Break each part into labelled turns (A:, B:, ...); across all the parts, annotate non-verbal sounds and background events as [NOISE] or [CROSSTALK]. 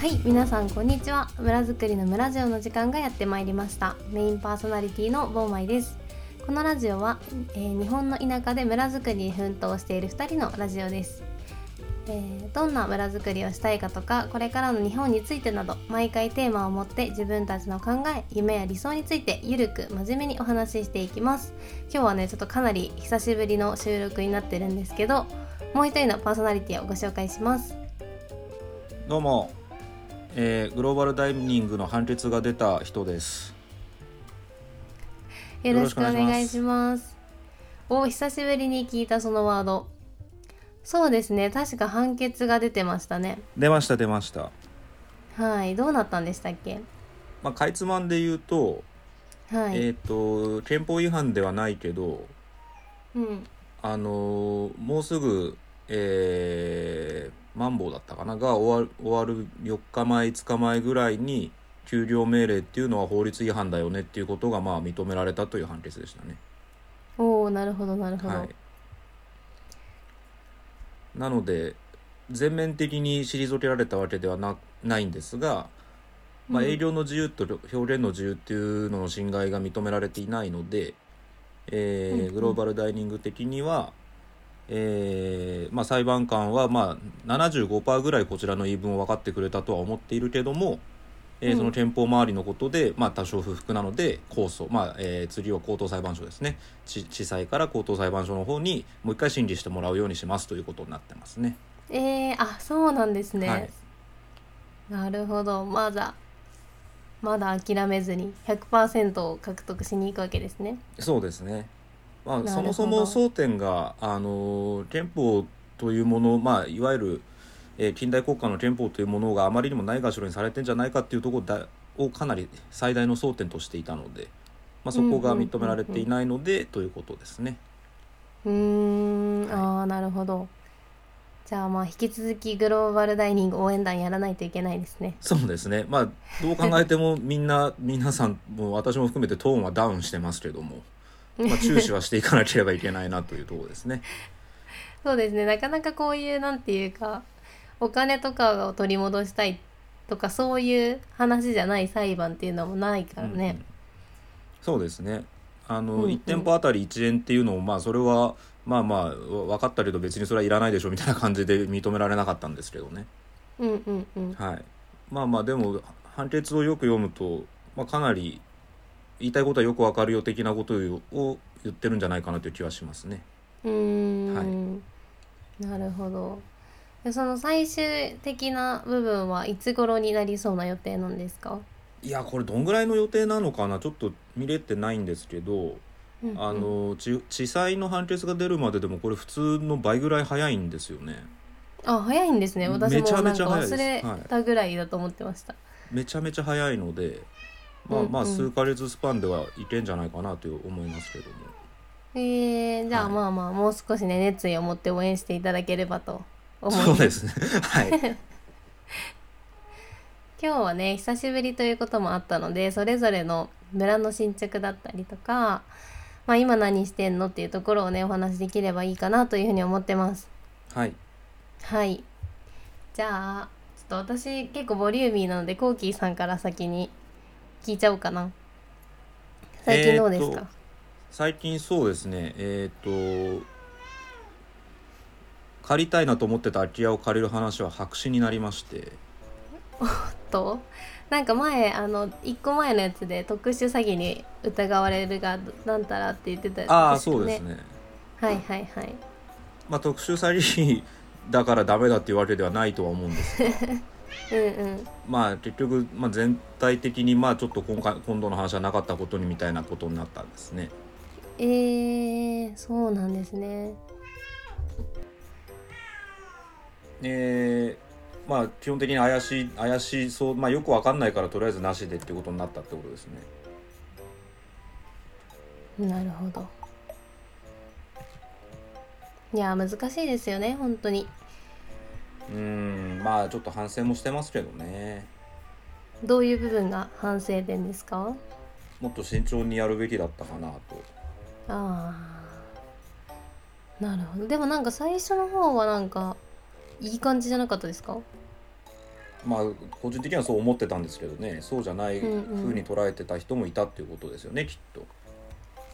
A: はい皆さんこんにちは村づくりの村ジオの時間がやってまいりましたメインパーソナリティのボーマイですこのラジオは、えー日本の田舎で村づくりに奮闘している2人のラジオです、えーどんな村づくりをしたいかとかこれからの日本についてなど毎回テーマを持って自分たちの考え夢や理想についてゆるく真面目にお話ししていきます今日はねちょっとかなり久しぶりの収録になってるんですけどもう一人のパーソナリティをご紹介します
B: どうも、えーグローバルダイニングの判決が出た人です。
A: よろしくお
B: よろしくお
A: 願
B: 願
A: い
B: い
A: し
B: し
A: ます。お久しぶりに聞いたそのワード。そうですね、確か判決が出てましたね。
B: 出ました出ました。
A: はい、どうなったんでしたっけ。
B: まあかいつまんで言うと、
A: はい、
B: えっ、と憲法違反ではないけど、
A: うん、
B: あのーもうすぐ、えー、マンボウだったかなが終わる終わる4日前5日前ぐらいに休業命令っていうのは法律違反だよねっていうことがまあ認められたという判決でしたね。
A: おお、なるほど、なるほど。
B: はい、なので全面的に退けられたわけではなないんですが、まあ、
A: うん
B: 営業の自由と表現の自由っていうのの侵害が認められていないので、えー
A: うんうん
B: グローバルダイニング的には、えーまあ、裁判官はまあ75%ぐらいこちらの言い分を分かってくれたとは思っているけども、えー
A: うん
B: その憲法周りのことで、まあ、多少不服なので控訴、まあえー次は高等裁判所ですね地地裁から高等裁判所の方にもう一回審理してもらうようにしますということになってますね。
A: えー、あ、そうなんですね。
B: はい
A: なるほど、まだ。まだ諦めずに100%を獲得しに行くわけですね。
B: そうですね、ま
A: るほど
B: あ、そもそも争点があの憲法というもの、まあ、いわゆる、えー近代国家の憲法というものがあまりにもないがしろにされてんじゃないかっていうところだをかなり最大の争点としていたので、まあ、そこが認められていないので、ということですね。
A: うーん、
B: はい
A: ああ、なるほど。じゃあ、まあ、引き続きグローバルダイニング応援団やらないといけないですね。
B: そうですねまあどう考えてもみんな皆さんもう私も含めてトーンはダウンしてますけども、まあ、注視はしていかなければいけないなというところです
A: [LAUGHS]
B: ね。
A: そうですねなかなかこういうなんていうかお金とかを取り戻したいとかそういう話じゃない裁判っていうのもないから
B: うんう
A: ね
B: ん。そうですねあの、
A: うんうん
B: 1店舗あたり1円っていうのをまあそれはまあまあわ分かったけど別にそれはいらないでしょみたいな感じで認められなかったんですけどね、
A: うんうんうん
B: はい、まあまあでも判決をよく読むと、まあ、かなり言いたいことはよくわかるよ的なことを言ってるんじゃないかなという気はしますね。
A: うーん、なるほどでその最終的な部分はいつ頃になりそうな予定なんですか、
B: いやこれどんぐらいの予定なのかなちょっと見れてないんですけど、
A: うんうん
B: あのち地裁の判決が出るまででもこれ普通の倍ぐらい早いんですよね
A: あ早いんですね私
B: めち
A: も
B: ゃ
A: な
B: め
A: ん
B: ち
A: か
B: ゃ早いです
A: 忘れたぐらいだと思ってました
B: めちゃめちゃ早いのでまあまあ
A: うんうん
B: 数ヶ月スパンではいけんじゃないかなと思いますけども
A: えー、じゃあ
B: はい
A: まあまあもう少しね熱意を持って応援していただければと思い
B: そ
A: ま
B: う
A: す [LAUGHS]
B: ですねはい
A: 今日はね久しぶりということもあったのでそれぞれの村の進捗だったりとか、まあ、今何してんのっていうところをねお話しできればいいかなというふうに思ってます
B: はい
A: はいじゃあちょっと私結構ボリューミーなのでコーキーさんから先に聞いちゃおうかな最近どうです
B: えー
A: か
B: っ、最近そうですねえーっと借りたいなと思ってた空き家を借りる話は白紙になりまして
A: となんか前あの1個前のやつで特殊詐欺に疑われるがなんたらって言ってたやつ
B: ああそうですね
A: はいはいはい
B: まあ特殊詐欺だからダメだっていうわけではないとは思うんです
A: うんうん
B: まあ結局、まあ、全体的にまあちょっと今回今度の話はなかったことにみたいなことになったんですね。
A: えー、そうなんですね。
B: えーまあ基本的に怪しい怪しそう、まあ、よくわかんないからとりあえずなしでっていうことになったってことですね。
A: なるほど。いやー難しいですよね本当に。
B: うーんまあちょっと反省もしてますけどね
A: どういう部分が反省点ですか？
B: もっと慎重にやるべきだったかなと。
A: ああ。なるほどでもなんか最初の方はなんかいい感じじゃなかったですか
B: まあ個人的にはそう思ってたんですけどねそうじゃない
A: うんうん
B: 風に捉えてた人もいたっていうことですよね、きっと。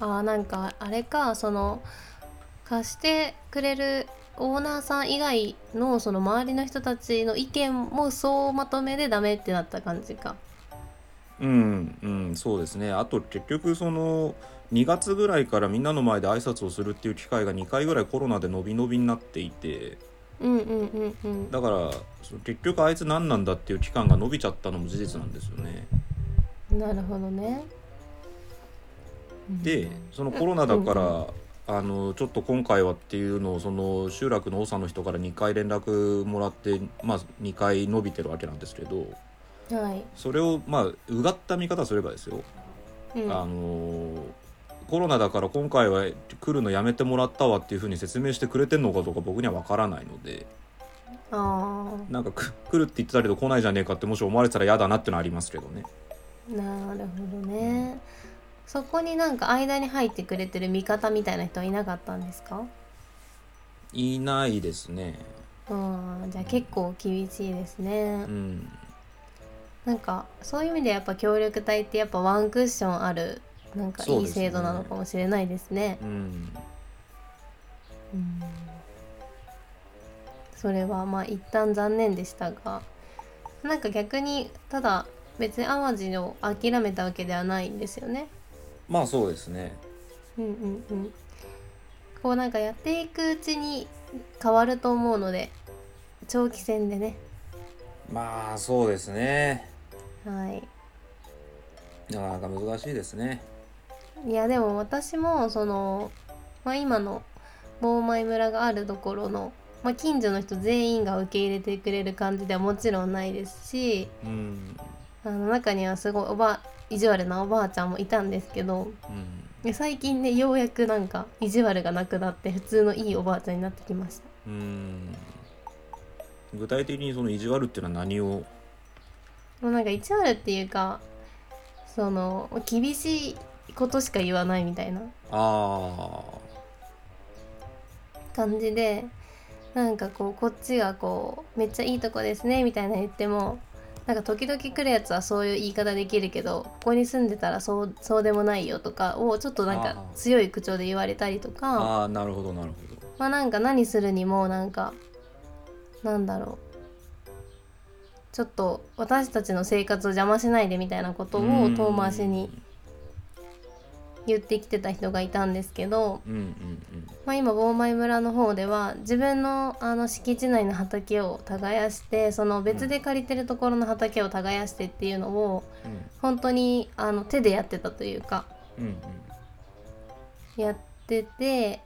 A: あーなんかあれかその貸してくれるオーナーさん以外のその周りの人たちの意見もそうまとめでダメってなった感じか
B: うん、うん、そうですね。あと結局その2月ぐらいからみんなの前で挨拶をするっていう機会が2回ぐらいコロナで伸び伸びになっていて
A: うんうんうんうん
B: だからその結局あいつ何なんだっていう期間が伸びちゃったのも事実なんですよね。
A: なるほどね。
B: でそのコロナだからあのちょっと今回はっていうのをその集落の長の人から2回連絡もらって、まあ、2回伸びてるわけなんですけど
A: うん、はい、
B: それをまあうがった見方すればですよ
A: うん、
B: あのーコロナだから今回は来るのやめてもらったわっていうふうに説明してくれてんのかどうか僕には分からないので
A: あ
B: なんかく来るって言ってたけど来ないじゃねえかってもし思われてたら嫌だなってのはありますけどね
A: ーなるほどね。そこになんか間に入ってくれてる味方みたいな人はいなかったんですか
B: いないですね
A: うんじゃあ結構厳しいですね
B: う。ん
A: なんかそういう意味でやっぱ協力隊ってやっぱワンクッションあるなんか
B: そう
A: いい
B: ですね
A: 制度なのかもしれないですね。
B: うん
A: うんそれはまあ一旦残念でしたがなんか逆にただ別に淡路を諦めたわけではないんですよね。
B: まあそうですね
A: うんうんうん、こうなんかやっていくうちに変わると思うので長期戦でね
B: まあそうですね
A: はい
B: なかなか難しいですね
A: いやでも私もその、まあ、今の坊前村があるところの、まあ、近所の人全員が受け入れてくれる感じではもちろんないですし
B: うん
A: あの中にはすごいおば意地悪なおばあちゃんもいたんですけど
B: うん
A: いや最近ねようやくなんか意地悪がなくなって普通のいいおばあちゃんになってきました
B: うん具体的にその意地悪っていうのは何を
A: もうなんか意地悪っていうかその厳しいことしか言わないみたいな
B: ああ
A: 感じでなんかこうこっちがこうめっちゃいいとこですねみたいな言ってもなんか時々来るやつはそういう言い方できるけどここに住んでたらそうそうでもないよとかをちょっとなん
B: あ
A: か
B: ー
A: 強い口調で言われたりとか
B: ああなるほどなるほど
A: まあなんか何するにもなんかなんだろうちょっと私たちの生活を邪魔しないでみたいなことを遠回しに言ってきてた人がいたんですけど、
B: うんうんうん
A: まあ、今坊前村の方では自分のあの敷地内の畑を耕してその別で借りてるところの畑を耕してっていうのを本当にあの手でやってたというか
B: うんうん
A: やってて、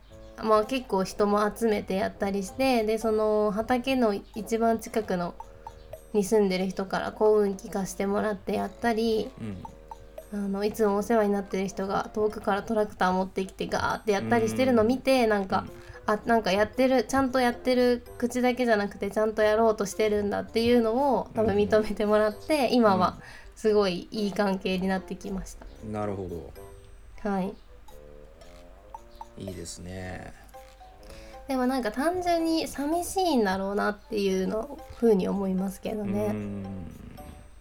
A: まあ、結構人も集めてやったりしてでその畑の一番近くのに住んでる人から幸運期貸してもらってやったり
B: うん
A: あのいつもお世話になってる人が遠くからトラクター持ってきてガーってやったりしてるの見てなんか。あなんかやってるちゃんとやってる口だけじゃなくてちゃんとやろうとしてるんだっていうのを多分認めてもらって、今はすごいいい関係になってきました。
B: うんなるほど
A: はい、
B: いいですね
A: でもなんか単純に寂しいんだろうなっていうのふうに思いますけどね。
B: うん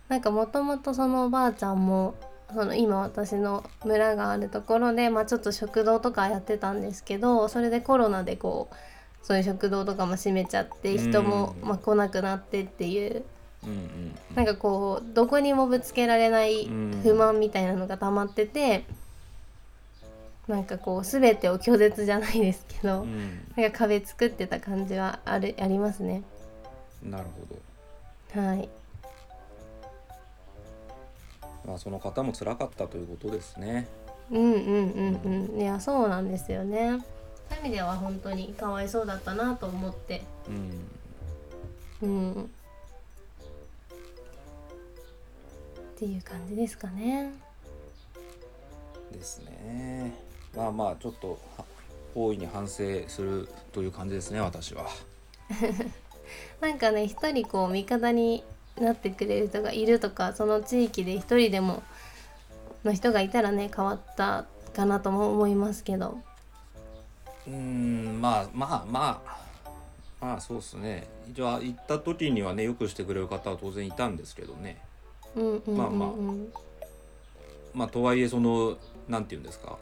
A: なんかもともとそのおばあちゃんもその今私の村があるところで、まあ、ちょっと食堂とかやってたんですけどそれでコロナでこうそういう食堂とかも閉めちゃって人も
B: うん
A: まあ来なくなってっていう
B: うんうん
A: なんかこうどこにもぶつけられない
B: うん
A: 不満みたいなのが溜まってて、なんかこう全てを拒絶じゃないですけど、
B: うん
A: なんか壁作ってた感じはあるありますね。
B: なるほど
A: はい、
B: まあその方も辛かったということですね
A: うんうんうんうんいやそうなんですよねそういう意味では本当にかわいそうだったなと思って
B: うん
A: うんっていう感じですかね
B: ですねまあまあちょっとは大いに反省するという感じですね私は
A: なんかね一人こう味方になってくれる人がいるとかその地域で一人でもの人がいたらね変わったかなとも思いますけど
B: うーんうんまあまあまあまあそうですねじゃあ行った時にはねよくしてくれる方は当然いたんですけどね
A: うんうんうんうん
B: まあまあまあとはいえそのなんて言うんですか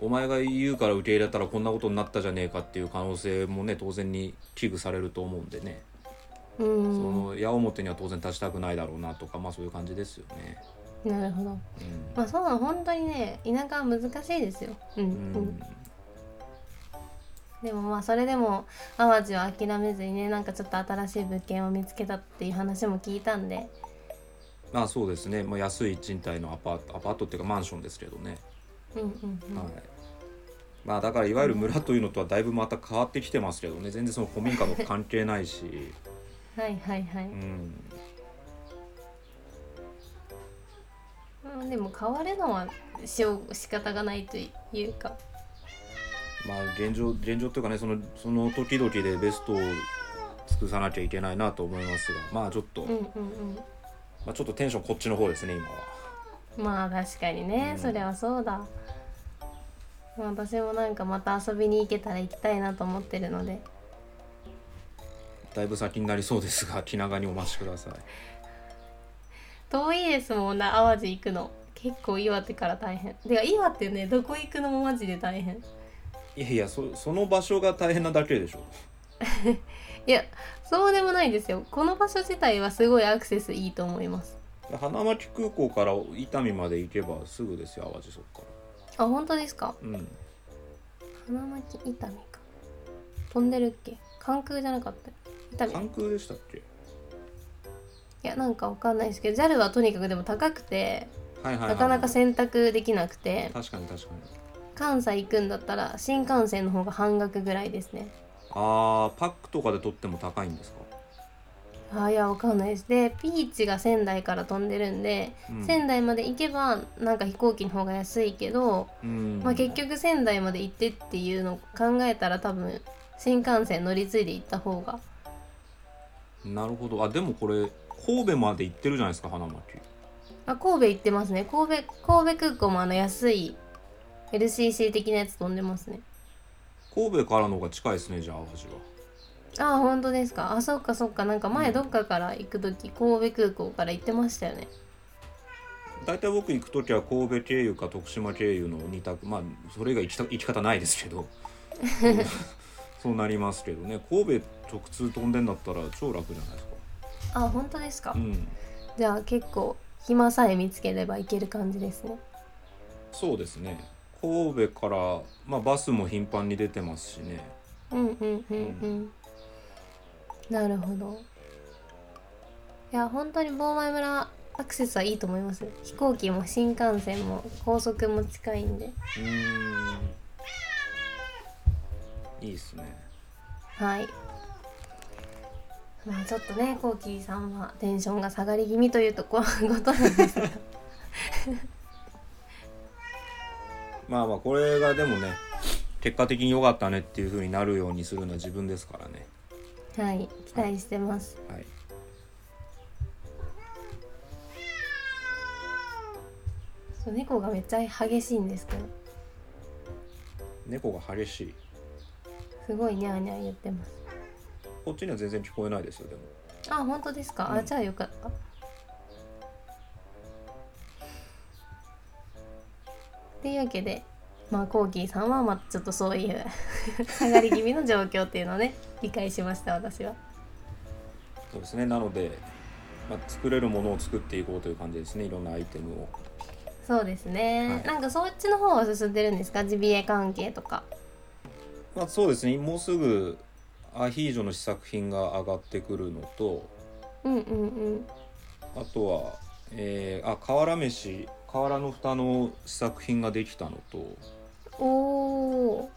B: お前が言うから受け入れたらこんなことになったじゃねえかっていう可能性もね当然に危惧されると思うんでね、
A: うん
B: その矢面には当然立ちたくないだろうなとかまあそういう感じですよね。
A: なるほど
B: うん
A: まあそうなの本当にね田舎は難しいですよ、うん
B: う
A: うんん、でもまあそれでも淡路を諦めずにねなんかちょっと新しい物件を見つけたっていう話も聞いたんで
B: まあそうですね、まあ、安い賃貸のアパートアパートっていうかマンションですけどね、
A: うんうんうん、
B: はいまあ、だからいわゆる村というのとはだいぶまた変わってきてますけどね全然その古民家も関係ないし、
A: はいはいはい、
B: うん、
A: うん、でも変わるのはしよう仕方がないというか
B: まあ現状現状というかねそのその時々でベストを尽くさなきゃいけないなと思いますがまあちょっと、
A: うんう
B: ま
A: んう
B: あ、ちょっとテンションこっちの方ですね今は。
A: んまあ確かにね、
B: うん
A: それはそうだまあ私もなんかまた遊びに行けたら行きたいなと思ってるので
B: だいぶ先になりそうですが気長にお待ちください。
A: 遠いですもんな淡路行くの結構岩手から大変で岩手ねどこ行くのもマジで大変
B: いやいやそその場所が大変なだけでしょ。
A: いやそうでもないですよこの場所自体はすごいアクセスいいと思います
B: 花巻空港から伊丹まで行けばすぐですよ淡路そっから。
A: あ本当ですか
B: うん
A: 花巻伊丹か飛んでるっけ関空じゃなかった伊丹
B: 関空でしたっけ
A: いやなんかわかんないですけど JAL はとにかくでも高くて
B: はいはい、はい、
A: なかなか選択できなくて
B: 確かに確かに
A: 関西行くんだったら新幹線の方が半額ぐらいですね
B: あーパックとかで取っても高いんですか、
A: あーいやわかんないですでピーチが仙台から飛んでるんで、
B: うん
A: 仙台まで行けばなんか飛行機の方が安いけど、
B: うん
A: まあ、結局仙台まで行ってっていうのを考えたら多分新幹線乗り継いで行った方が
B: なるほどあでもこれ神戸まで行ってるじゃないですか花巻
A: あ神戸行ってますね神戸神戸空港もあの安い LCC 的なやつ飛んでますね
B: 神戸からの方が近いですねじゃあ淡路は
A: ああ本当ですかあそっかそっかなんか前どっかから行く時、神戸空港から行ってましたよね
B: 大体僕行く時は神戸経由か徳島経由の2択まあそれ以外行きた行き方ないですけど [LAUGHS] うんそうなりますけどね神戸直通飛んでんだったら超楽じゃないですか
A: あ本当ですか、
B: うん
A: じゃあ結構暇さえ見つければ行ける感じですね
B: そうですね神戸から、まあ、バスも頻繁に出てますしね
A: うんうんうんうん、なるほどいや本当に棒前村アクセスはいいと思います飛行機も新幹線も高速も近いんで
B: うーんいいっすね
A: はいまあちょっとねコーキーさんはテンションが下がり気味というとこことなん [LAUGHS] ですが
B: まあまあこれがでもね結果的に良かったねっていう風になるようにするのは自分ですからね
A: はい期待してます
B: はい
A: そう猫がめっちゃ激しいんですけど
B: 猫が激しい
A: すごいニャーニャー言ってます
B: こっちには全然聞こえないですよでも
A: あ本当ですか、
B: う
A: あ
B: ん
A: じゃあよかったっていうわけでまあコーキーさんはまあちょっとそういう
B: [LAUGHS]
A: 下がり気味の状況っていうのをね理解しました私は
B: そうですねなので、まあ、作れるものを作っていこうという感じですねいろんなアイテムを
A: そうですね、
B: はい
A: なんかそっちの方は進んでるんですかジビエ関係とか
B: まあそうですねもうすぐアヒージョの試作品が上がってくるのと
A: うんうんうん
B: あとは、えー、あ瓦飯瓦の蓋の試作品ができたのと、
A: おー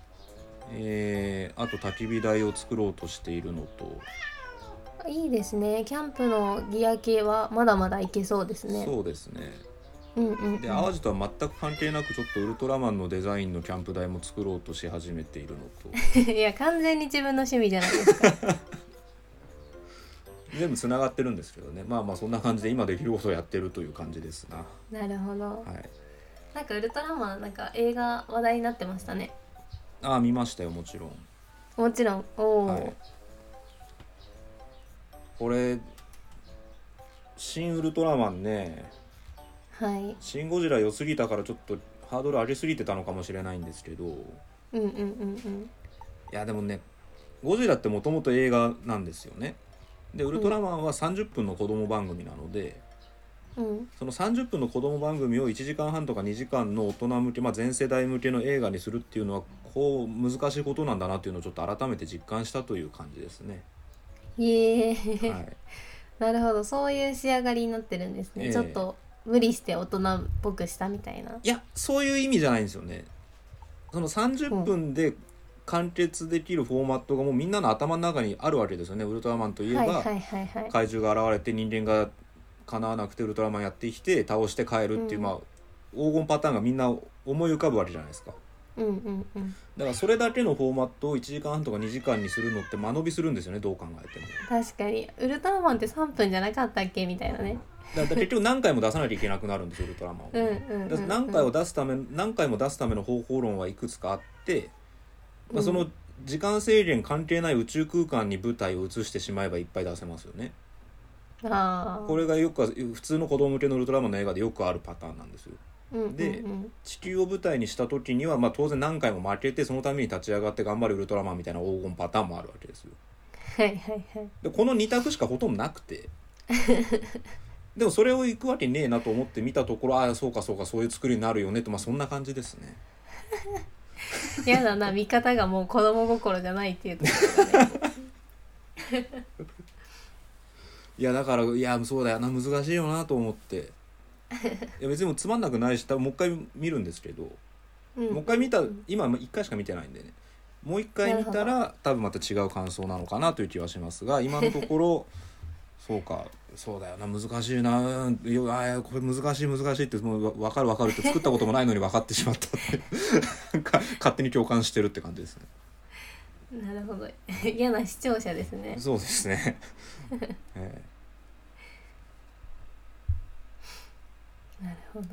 B: えー、あと焚き火台を作ろうとしているのと、
A: いいですねキャンプのギア系はまだまだいけそうですね
B: そうですね
A: うんうん、うん、
B: で淡路とは全く関係なくちょっとウルトラマンのデザインのキャンプ台も作ろうとし始めているのと
A: [LAUGHS] いや完全に自分の趣味じゃない
B: [LAUGHS]
A: ですか
B: 全部つながってるんですけどねまあまあそんな感じで今できることをやってるという感じですな、は
A: なるほど
B: い、
A: なんかウルトラマンなんか映画話題になってましたね
B: ああ見ましたよもちろん
A: もちろんおお、
B: はい、これ「シン・ウルトラマンね」
A: はい
B: 「シン・ゴジラ」良すぎたからちょっとハードル上げすぎてたのかもしれないんですけど
A: う
B: い
A: んうんうん
B: やでもねゴジラってもともと映画なんですよねでウルトラマンは30分の子供番組なので、
A: うんうん
B: その30分の子供番組を1時間半とか2時間の大人向け、まあ、全世代向けの映画にするっていうのはこう難しいことなんだなっていうのをちょっと改めて実感したという感じですね。
A: いえ [LAUGHS]
B: はい
A: ーなるほどそういう仕上がりになってるんですね、
B: ええ
A: ちょっと無理して大人っぽくしたみたいない
B: やそういう意味じゃないんですよねその30分で完結できるフォーマットがもうみんなの頭の中にあるわけですよねウルトラマンといえば、
A: はいはいはいはい
B: 怪獣が現れて人間が叶わなくてウルトラマンやってきて倒して帰るっていう、
A: うん
B: まあ黄金パターンがみんな思い浮かぶわけじゃないですか
A: うんうんうん
B: だからそれだけのフォーマットを1時間半とか2時間にするのって間延びするんですよねどう考えても
A: 確かにウルトラマンって3分じゃなかったっけみたいなね
B: だから結局何回も出さなきゃいけなくなるんですよウルトラマンを
A: うんうんうん、
B: だ
A: う
B: から
A: ん、
B: 何回を出すため何回も出すための方法論はいくつかあって、まあ、その時間制限関係ない宇宙空間に舞台を移してしまえばいっぱい出せますよね
A: あー
B: これがよくは普通の子供向けのウルトラマンの映画でよくあるパターンなんですよ
A: うんうんうん
B: で地球を舞台にした時には、まあ、当然何回も負けてそのために立ち上がって頑張るウルトラマンみたいな黄金パターンもあるわけですよ
A: はいはいはい
B: でこの2択しかほとんどなくてでもそれを行くわけねえなと思って見たところああそうかそうかそういう作りになるよねとまあそんな感じですね
A: 嫌だな見方がもう子供心じゃないっていうところがね
B: いやだからいやそうだよな難しいよなと思っていや別にもうつまんなくないし多分もう一回見るんですけど、
A: うん
B: もう一回見た今1回しか見てないんでねもう一回見たら多分また違う感想なのかなという気はしますが今のと
A: [LAUGHS]
B: ころそうかそうだよな難しいなうんいやあーこれ難しい難しいってもうわ分かる分かるって作ったこともないのに分かってしまった [LAUGHS] ってなんか勝手に共感してるって感じですね。
A: なるほど [LAUGHS] 嫌な視聴者ですね
B: そうです
A: [LAUGHS]
B: ね、え
A: なるほど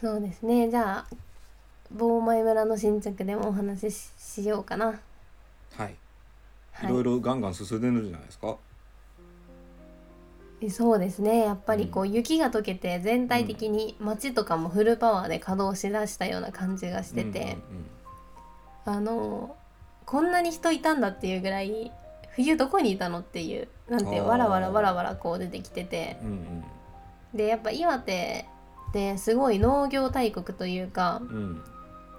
A: そうですねじゃあ棒前村の新着でもお話ししようかな
B: えはい
A: はい
B: いろいろガンガン進んでるんじゃないですか。
A: えそうですねやっぱりこう雪が溶けて全体的に街とかもフルパワーで稼働しだしたような感じがしてて、
B: うんうん
A: あのこんなに人いたんだっていうぐらい冬どこにいたのっていうなんて
B: あー
A: わらわらわらわらこう出てきてて
B: うん
A: でやっぱ岩手ってすごい農業大国というか
B: うんうん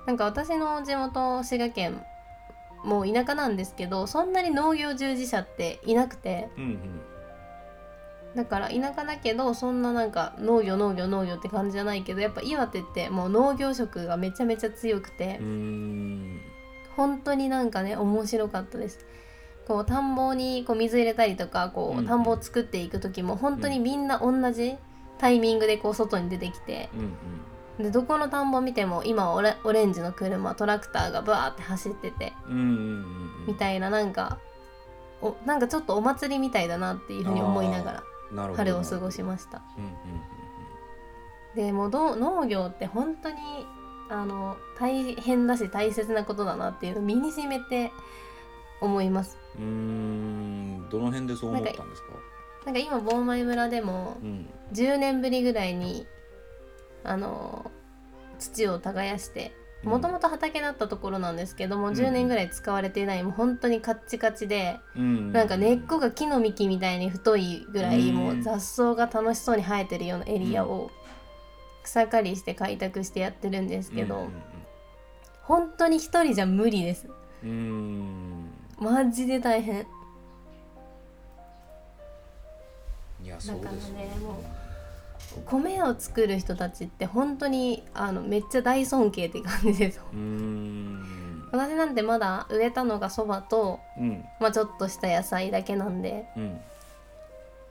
A: なんか私の地元滋賀県もう田舎なんですけどそんなに農業従事者っていなくて
B: うんうん
A: だから田舎だけどそんななんか農業農業農業って感じじゃないけどやっぱ岩手ってもう農業色がめちゃめちゃ強くて
B: うーん
A: 本当になんかね面白かったですこう田んぼにこう水入れたりとかこ
B: う
A: うん田んぼを作っていく時も本当にみんな同じタイミングでこう外に出てきて
B: うんうん
A: でどこの田んぼ見ても今はオレオレンジの車トラクターがバーって走ってて
B: うんうんうん
A: みたいななんかおなんかちょっとお祭りみたいだなっていうふうに思いなが
B: な
A: ら
B: るほど
A: 春を過ごしました
B: うんうんうん
A: でもうどう農業って本当にあの大変だし大切なことだなっていうのを身にしめて思います
B: うんうーんどの辺でそう思ったんですか
A: なんか今盆前村でも
B: うん
A: 10年ぶりぐらいにあの土を耕して
B: うん
A: もともと畑だったところなんですけども、
B: うん
A: 10年ぐらい使われていないもう本当にカッチカチで、
B: うん
A: なんか根っこが木の幹みたいに太いぐらい、
B: うん
A: もう雑草が楽しそうに生えてるようなエリアを草刈りして開拓してやってるんですけど、本当に一人じゃ無理です
B: うんうん
A: マジで大変
B: うんいやそうですよ
A: だからねも米を作る人たちって本当にあのめっちゃ大尊敬って感じです [LAUGHS]
B: うーん
A: 私なんてまだ植えたのがそばと、
B: うん
A: まあ、ちょっとした野菜だけなんで
B: うん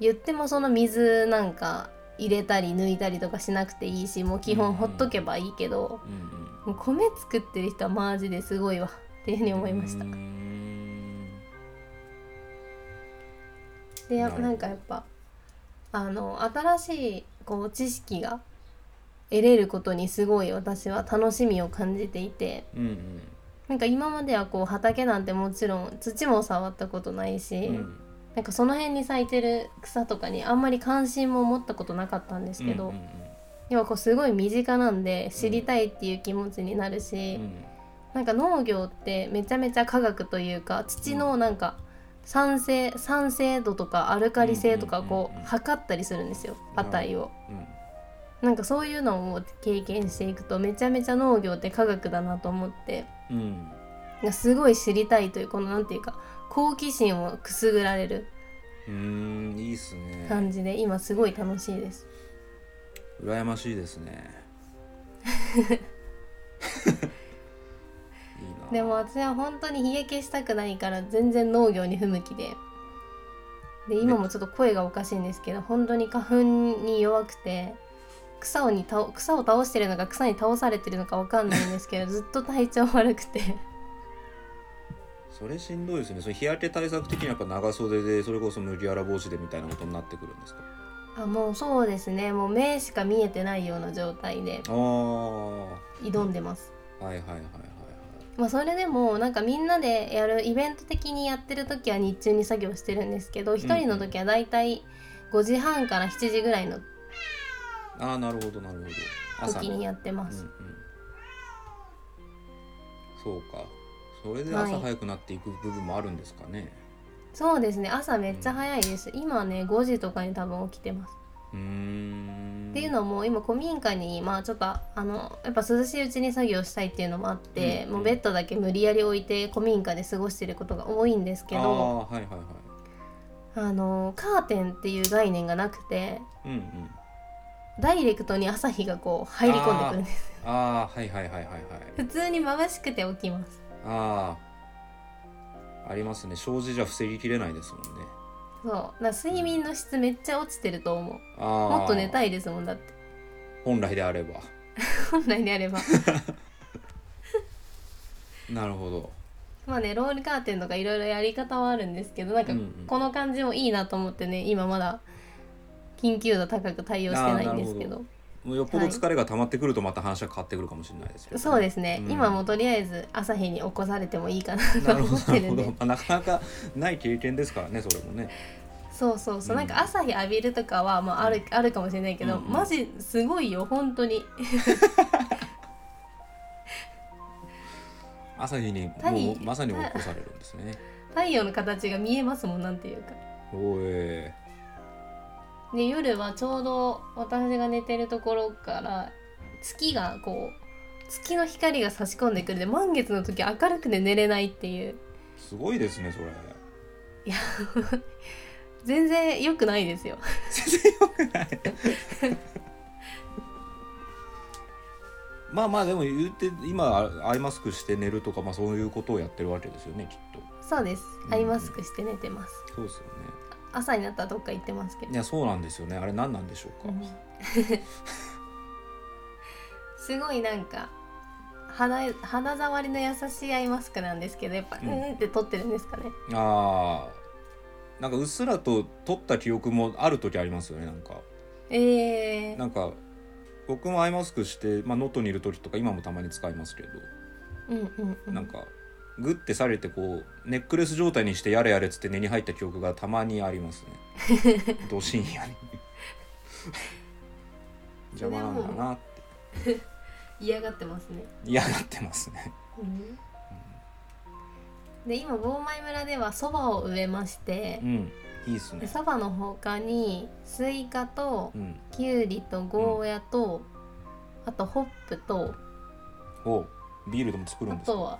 A: 言ってもその水なんか入れたり抜いたりとかしなくていいしもう基本ほっとけばいいけど、
B: うんうん
A: もう米作ってる人はマジですごいわっていうふうに思いました
B: うー。ん
A: でや
B: なるほど
A: なんかやっぱあの新しいこう知識が得れることにすごい私は楽しみを感じていて
B: うん
A: なんか今まではこう畑なんてもちろん土も触ったことないし、
B: うんうん
A: なんかその辺に咲いてる草とかにあんまり関心も持ったことなかったんですけど、
B: うんうん
A: 今こうすごい身近なんで知りたいっていう気持ちになるし、
B: うん
A: なんか農業ってめちゃめちゃ科学というか土のなんか酸性酸性度とかアルカリ性とかこ
B: うんうんうんうん
A: う測ったりするんですよ値を。
B: うん
A: なんかそういうのを経験していくとめちゃめちゃ農業って科学だなと思って
B: うん
A: なんかすごい知りたいというこのなんていうか好奇心をくすぐられる
B: うんいいっすね
A: 感じで今すごい楽しいです。
B: 羨ましいですねいいな
A: でも私は本当に日焼けしたくないから全然農業に不向きでで今もちょっと声がおかしいんですけど本当に花粉に弱くて草をに倒草を倒してるのか草に倒されてるのかわかんないんですけど [LAUGHS] ずっと体調悪くて
B: それしんどいですねそれ日焼け対策的にはやっぱ長袖でそれこそ麦わら帽子でみたいなことになってくるんですか
A: あもうそうですねもう目しか見えてないような状態で
B: ああは
A: 挑んでます、
B: いはいはいはいはい
A: まあ、それでもなんかみんなでやるイベント的にやってる時は日中に作業してるんですけど一人の時はだいたい5時半から7時ぐらいの
B: ああなるほどなるほど朝
A: 時にやってます
B: うんうん、そうかそれで朝早くなっていく部分もあるんですかね、
A: そうですね朝めっちゃ早いです、今ね5時とかに多分起きてます、
B: うーん
A: っていうのも今古民家にまあちょっとあのやっぱ涼しいうちに作業したいっていうのもあって、
B: うん
A: もうベッドだけ無理やり置いて古民家で過ごしてることが多いんですけど
B: ああーはいはいは
A: あのカーテンっていう概念がなくて
B: いうんうん
A: ダイレクトに朝日がこう入り込んでくるんです
B: ああはいはいはいはいはい
A: 普通に眩しくて起きます
B: ああありますね障子じゃ防ぎきれないですもんね
A: そうだから睡眠の質めっちゃ落ちてると思う
B: ああ
A: もっと寝た
B: い
A: いですもんだって
B: 本来であれば
A: 本来であれば
B: なるほど
A: まあねロールカーテンとかいろいろやり方はあるんですけどなんか
B: うんうん
A: この感じもいいなと思ってね今まだ緊急度高く対応してないんですけ
B: あーなる
A: ど
B: もうよっぽど疲れが溜まってくるとまた話は変わってくるかもしれないですけど、
A: そうですね、
B: うん
A: 今もとりあえず朝日に起こされてもいいかな
B: な
A: と
B: るほ
A: 思っ
B: ど
A: て
B: なる
A: る
B: ほ
A: ん
B: ど、
A: で
B: まあ、なかなかない経験ですからねそれもね
A: そうそうそう、
B: う
A: な
B: ん
A: んか朝日浴びるとかは、まあ、あるあるかもしれないけど、
B: うんうん
A: マジすごいよ本当に
B: 朝日に
A: 太
B: も
A: 陽
B: うまさに起こされるんですね
A: 太陽の形が見えますもんなんていうか。
B: おい
A: で夜はちょうど私が寝てるところから月がこう月の光が差し込んでくるで満月の時明るくて寝れないっていう
B: すごいですねそ
A: [LAUGHS]
B: れ
A: 全然良くないですよ
B: まあまあでも言って今アイマスクして寝るとか、まあ、そういうことをやってるわけですよねきっ
A: そうです
B: うん
A: アイマスクして寝てます
B: とそうですよね
A: 朝になったらどっか行ってますけ
B: い
A: ど、
B: やそうなんですよねあれ何なんでしょうか、
A: すごいなんか肌肌触りの優しいアイマスクなんですけどやっぱう
B: うん
A: んって取ってるんですかね
B: あーなんかうっすらと撮った記憶もある時ありますよねなんか
A: えー
B: なんか僕もアイマスクして、まあ、ノートにいる時とか今もたまに使いますけど、
A: うんうんうん
B: なんかグッてされてこうネックレス状態にしてやれやれっつって根に入った記憶がたまにあります
A: [LAUGHS]
B: ねど深夜に邪魔なんだなって
A: 嫌がってますね
B: 嫌がってますね
A: うんで今坊前村ではそばを植えまして
B: う、んいいっすね
A: そばのほかにスイカと
B: うん
A: きゅうりとゴーヤと、あとホップと
B: おビールでも作る
A: あ
B: んですか
A: とは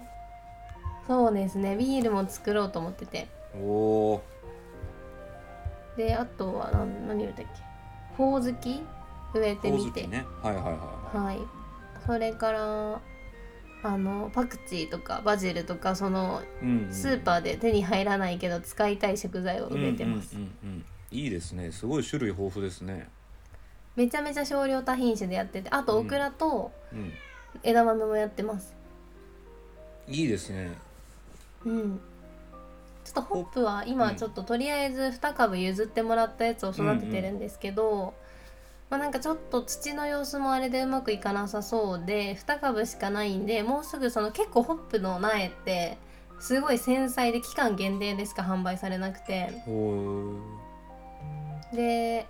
A: そうですねビールも作ろうと思ってて
B: おお
A: であとは何何植えたっけほおずき植えて
B: ほお
A: み
B: ず
A: て、
B: きねはいはいはいは
A: はいそれからあのパクチーとかバジルとかその
B: い、うんうん
A: スーパーで手に入らないけど使いたい食材を植えてます、
B: うんうんうんうんいいですねすごい種類豊富ですね
A: めちゃめちゃ少量多品種でやっててあと
B: う
A: オ
B: ん
A: クラと
B: うん
A: 枝豆もやってます
B: いいですね
A: うん、ちょっとホップは今
B: うん
A: ちょっととりあえず2株譲ってもらったやつを育ててるんですけど、まあ、なんかちょっと土の様子もあれでうまくいかなさそうで2株しかないんでもうすぐその結構ホップの苗ってすごい繊細で期間限定でしか販売されなくて
B: お
A: で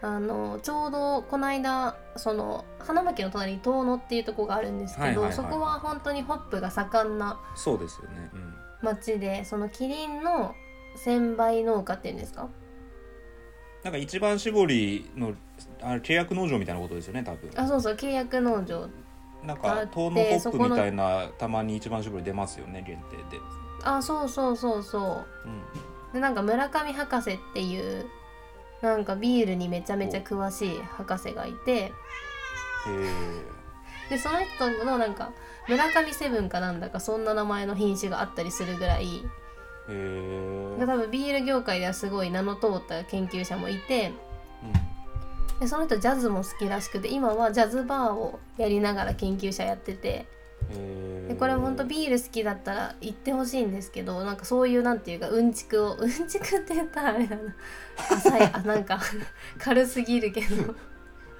A: あのちょうどこの間その花巻の隣に遠野っていうとこがあるんですけど、
B: はいはいはい
A: そこは本当にホップが盛んな
B: そうですよね、うん、
A: 町でそのキリンの専売農家っていうんですか
B: なんか一番搾りのあれ契約農場みたいなことですよね多分
A: あそうそう契約農場
B: なん
A: だ
B: か
A: って
B: 遠野ホッ
A: そ
B: プ
A: この
B: みたいなたまに一番搾り出ますよね限定で、
A: あそうそうそうそう
B: うん、
A: でなんか村上博士っていうなんかビールにめちゃめちゃ詳しい博士がいて
B: へ
A: でその人のなんか村上セブンかなんだかそんな名前の品種があったりするぐらい
B: えへえ
A: 多分ビール業界ではすごい名の通った研究者もいてでその人ジャズも好きらしくて今はジャズバーをやりながら研究者やってて
B: うん
A: でこれ本当ビール好きだったら行ってほしいんですけどなんかそういうなんていうかうんちくを [LAUGHS] うんちくって言ったらあれだな浅いあなんか [LAUGHS] 軽すぎるけど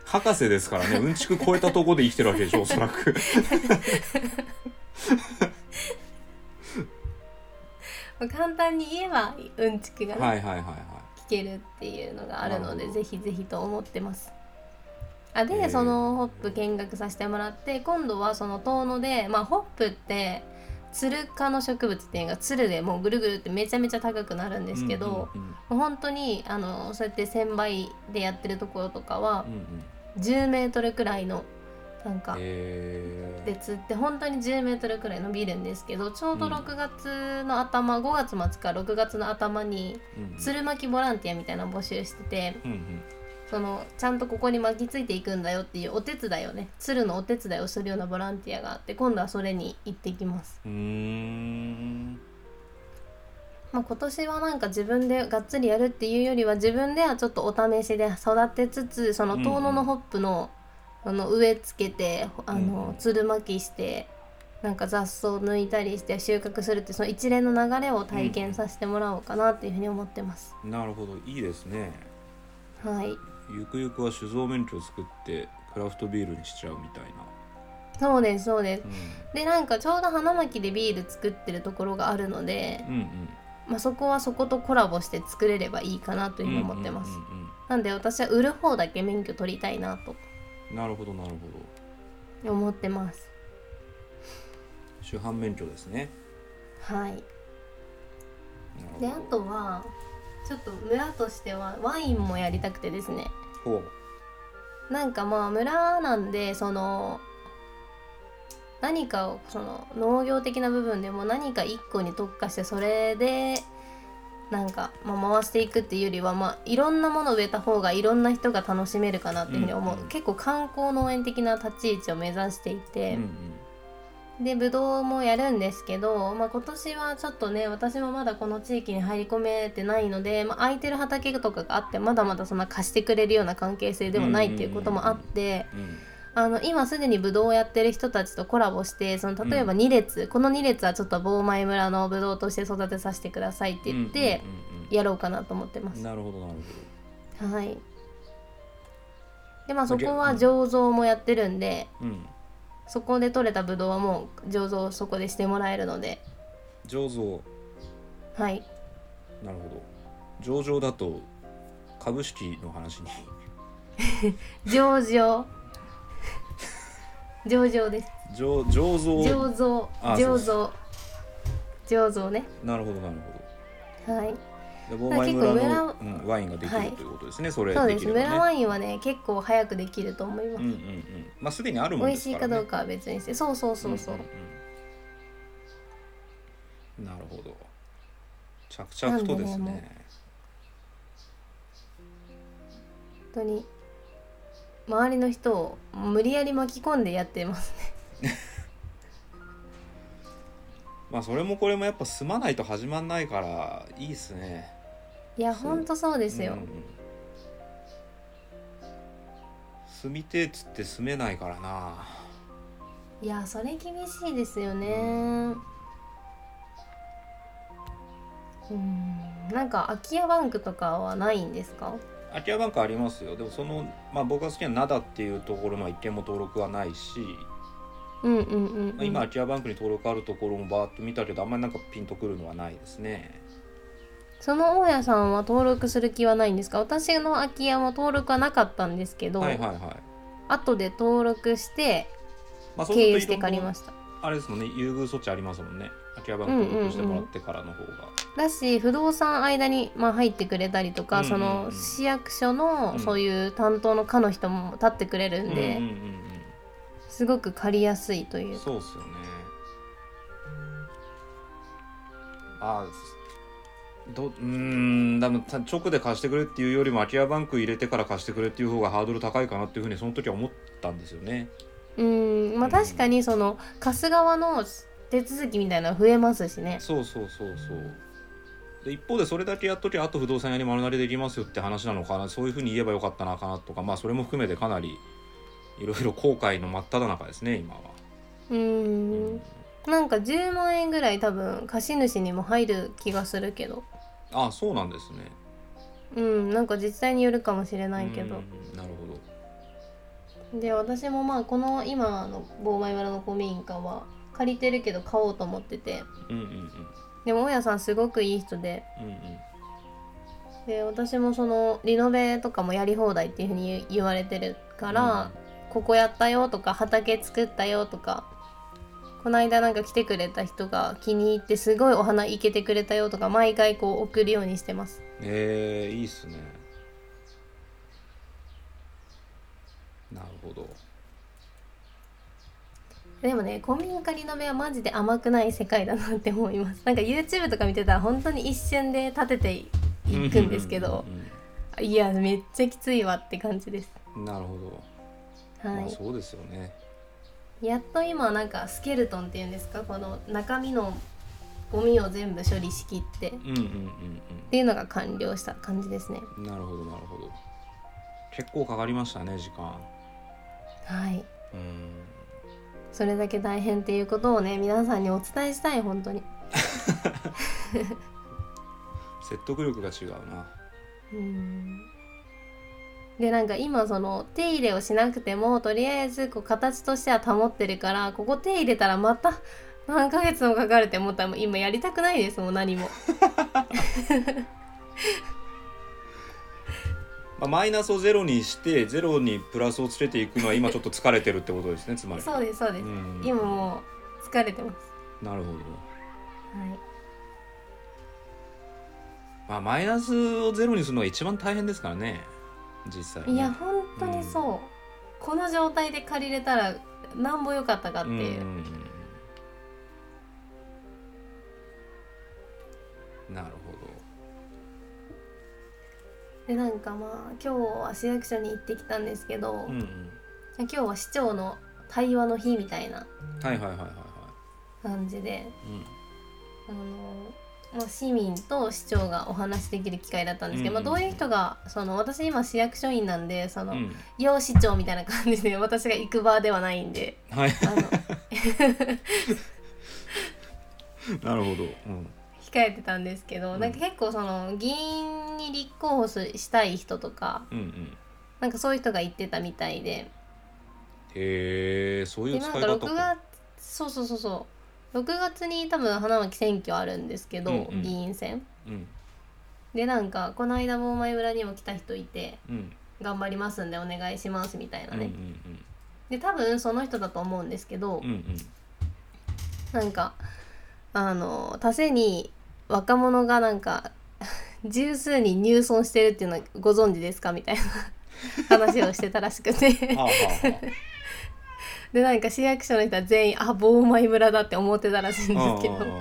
B: 博士ですからねうんちく超えたとこで生きてるわけでし
A: [LAUGHS]
B: ょおそらく
A: 簡単に言えばうんちくがね、
B: はいはいはいは
A: 聞けるっていうのがあるの
B: な
A: で
B: るほど
A: ぜひぜひと思ってます。あ
B: へ
A: で
B: ー
A: そのホップ見学させてもらって今度はその遠野で、まあ、ホップってツル科の植物っていうのがツルでもうぐるぐるってめちゃめちゃ高くなるん
B: い
A: ですけど、
B: うんうん
A: もう本当にあのそうやって1000倍でやってるところとかは
B: うんうん
A: 10メートルくらいのなんか
B: へえ
A: 別って本当に10メートルくらい伸びるんですけどちょうど
B: うん
A: 6月の頭5月末か6月の頭に
B: うんうん
A: 鶴巻ボランティアみたいなの募集してて
B: うんうん
A: そのちゃんとここに巻きついていくんだよっていうお手伝いをね鶴のお手伝いをするようなボランティアがあって今度はそれに行ってきます。
B: うーん
A: まあ、今年はなんか自分でがっつりやるっていうよりは自分ではちょっとお試しで育てつつその遠野のホップの,、あの植え付けてあ
B: うんう
A: の
B: ん
A: つるまきしてなんか雑草抜いたりして収穫するってその一連の流れを体験させてもらおうかなっていうふうに思ってます。
B: なるほどいいですね
A: はい
B: ゆくゆくは酒造免許を作ってクラフトビールにしちゃうみたいな、
A: そうですそうです
B: う
A: でなんかちょうど花巻でビール作ってるところがあるので、
B: ん、うん
A: まあ、そこはそことコラボして作れればいいかなと
B: う
A: いう
B: ん
A: ふうに思ってます、
B: うんうんうん
A: なんで私は売る方だけ免許取りたいなと
B: うんなるほどなるほど
A: 思ってます
B: 主犯免許ですね
A: はい
B: なるほど
A: であとはちょっと村としてはワインもやりたくてですね
B: ほう
A: なんかまあ村なんでその何かをその農業的な部分でも何か一個に特化してそれでなんかまあ回していくっていうよりはまあいろんなものを植えた方がいろんな人が楽しめるかなっていうふうに思う、
B: うんうん
A: 結構観光農園的な立ち位置を目指していて、
B: うん
A: でぶどうもやるんですけど、まあ、今年はちょっとね私もまだこの地域に入り込めてないので、まあ、空いてる畑とかがあってまだまだそんな貸してくれるような関係性でもないっていうこともあって、
B: うんうん
A: あの今すでにぶどうをやってる人たちとコラボしてその例えば
B: う
A: 2列、この2列はちょっと棒前村のぶどうとして育てさせてくださいって言って
B: うんうんうん
A: やろうかなと思ってます。
B: なるほどなるほ
A: はいでまあそこは醸造もやってるんで
B: どうん
A: そこで採れたぶどうはもう醸造をそこでしてもらえるので。
B: 醸造
A: はい
B: なるほど醸造だと株式の話に
A: 上場上場です
B: 醸醸造
A: 上造
B: あ
A: 上造上造ね
B: なるほどなるほど
A: はい
B: でボーマイ村
A: 結
B: の
A: 構
B: うんワインができ
A: は
B: る
A: い
B: ということですね、それ
A: そう
B: で
A: で
B: き
A: す
B: ればね
A: 村ワインはね結構早くできると思います、
B: うんうんうんまあすでにあるもん
A: 美
B: で
A: 味
B: す
A: しい
B: か
A: からど
B: ね
A: うかは別にしてそうそうそうそう、
B: んんうんなるほど着々とです
A: なんで
B: ね
A: 本当に周りの人を無理やり巻き込んでやってます
B: まあそれもこれもやっぱ済まないと始まんないからいいですね
A: いや
B: そう
A: ほんとそうですよ、
B: うんうん住みてえっつって住めないからない
A: やそれ厳しいですよねうんなんか空き家バンクとかはないんですか
B: 空き家なんかありますよでもその、まあ、僕が好きな灘っていうところの一件も登録はないし、
A: うんうんうん、うん、
B: 今空き家バンクに登録あるところもバーッと見たけどあんまりなんかピンとくるのはないですね
A: その大家さんは登録する気はないんですか私の空き家も登録はなかったんですけど、
B: はいはいはい
A: 後で登録して
B: まあ
A: 経由して借りま
B: た
A: した
B: あれですもんね優遇措置ありますもんね空き家バンク登録してもらってからの方が、
A: だし不動産間に、まあ、入ってくれたりとか、
B: うんうんう
A: そ
B: ん
A: の市役所
B: う
A: の
B: ん
A: そういう担当の課の人も立ってくれるんで、
B: うんうん
A: すごく借りやすいと
B: うん
A: いううん
B: そうっすよねああどうーんでもた直で貸してくれっていうよりも空き家バンク入れてから貸してくれっていう方がハードル高いかなっていうふうにその時は思ったんですよね
A: うんまあ確かにその貸す側の手続きみたいなの増えますしね
B: そうそうそうそうで一方でそれだけやっときゃあと不動産屋に丸投げできますよって話なのかなそういうふうに言えばよかったなかなとかまあそれも含めてかなりいろいろ後悔の真っ只中ですね今は、
A: う
B: うん
A: なんか10万円ぐらい多分貸主にも入る気がするけど
B: あそうなんですね
A: うんなんか自治体によるかもしれないけど、
B: うんなるほど
A: で私もまあこの今の棒前村の古民家は借りてるけど買おうと思ってて
B: うんうんうん
A: でも大家さんすごくいい人で
B: うんうん
A: で私もそのリノベとかもやり放題っていうふうに言われてるから、ここやったよとか畑作ったよとかこの間なんか来てくれた人が気に入ってすごいお花いけてくれたよとか毎回こう送るようにしてます
B: えー、いいっすねなるほど
A: でもね古民家リノベはマジで甘くない世界だなって思いますなんか YouTube とか見てたら本当に一瞬で建てていくんですけど
B: うんうん
A: いやめっちゃきついわって感じです
B: うんなるほど、
A: は
B: まあ
A: い
B: そうですよね
A: やっと今なんかスケルトンっていうんですかこの中身のゴミを全部処理しきってっ
B: うんうんうんうん
A: ていうのが完了した感じですね
B: なるほどなるほど結構かかりましたね時間
A: はい
B: うん
A: それだけ大変っていうことをね皆さんにお伝えしたい本当に、
B: 説得力が違うな
A: うん、でなんか今その手入れをしなくてもとりあえずこう形としては保ってるからここ手入れたらまた何ヶ月もかかるって思ったらもう今やりたくないですもん何も
B: まあ、マイナスをゼロにしてゼロにプラスをつけていくの [LAUGHS] は今ちょっと疲れてるってことですねつまり
A: そうですそうです、
B: うん
A: 今もう疲れてます
B: なるほ
A: は
B: ど、
A: い
B: まあ、マイナスをゼロにするのが一番大変ですからね実際ね
A: いや本当にそう、この状態で借りれたらなんぼ良かったかって
B: うん
A: いう、
B: なるほ
A: でなんかまあ今日は市役所に行ってきたんですけど、
B: ど、うんうん、
A: 今日は市長の対話の日みたいな
B: はいはいはいはいは
A: 感じで
B: い、うん、
A: あの、まあ、市民と市長がお話しできる機会だったんですけど、
B: うん
A: まあ、どういう人がその私今市役所員なんでその、
B: うん
A: 要市長みたいな感じで [LAUGHS] 私が行く場ではないんで
B: はい
A: あ
B: [LAUGHS]
A: の
B: なるほど、うん、
A: 控えてたんですけど、
B: うん
A: なんか結構その議員に立候補すしたい人とか
B: うんうん
A: なんかそういう人が言ってたみたいで
B: へえそうい
A: で
B: う使
A: ないんか
B: 方
A: 6月そうそうそうそう6月に多分花巻選挙あるんですけど、
B: うんうん
A: 議員選
B: うん
A: でなんかこの間も前村にも来た人いて
B: うん
A: 頑張りますんでお願いしますみたいな
B: うんう
A: ね、
B: ん
A: で多分その人だと思うんですけど、
B: うんうん
A: なんかあの他せに若者がなんか [LAUGHS] 十数人入村してるっていうのはご存知ですかみたいな [LAUGHS] 話をしてたらしく
B: うん
A: て
B: はあは
A: でなんか市役所の人は全員あ棒舞村だって思ってたらしいん
B: あ
A: で
B: はあ
A: すけど
B: うんうんうんうん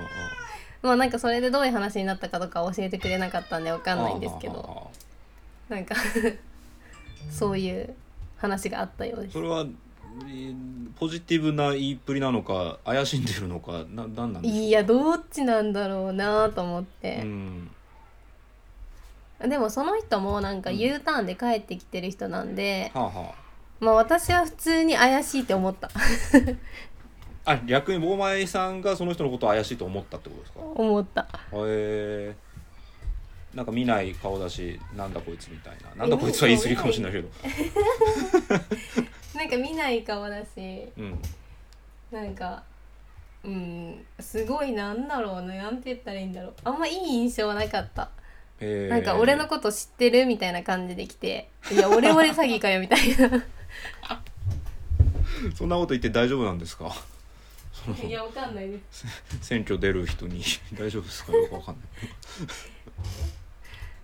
A: まあなんかそれでどういう話になったかとかは教えてくれなかったんでわかんないんですけ
B: はあは
A: ど
B: あはあ
A: なんかそういう話があったようです
B: それはえーポジティブな言いっぷりなのか怪しんでるのかななんなんでしょう
A: いやどっちなんだろうなと思っ
B: う
A: て、
B: ん
A: でもその人もなんか U ターンで帰ってきてる人なんで、
B: はあは
A: まあ私は普通に怪しいって思った [LAUGHS]
B: ああ逆に坊前さんがその人のことを怪しいと思ったってことですか
A: 思った
B: へえなんか見ない顔だしなんだこいつみたいななんだこいつは言い過ぎかもしれないけど
A: なんか見ない顔だし
B: うん
A: なんかうんすごいなんだろうねなんて言ったらいいんだろうあんまいい印象はなかった、
B: えー
A: なんか俺のこと知ってるみたいな感じで来ていや俺俺詐欺かよみたいな
B: そんなこと言って大丈夫なんです [LAUGHS] かその
A: [LAUGHS] いやわかんないです
B: 選挙出る人に [LAUGHS] 大丈夫ですかよくわかんない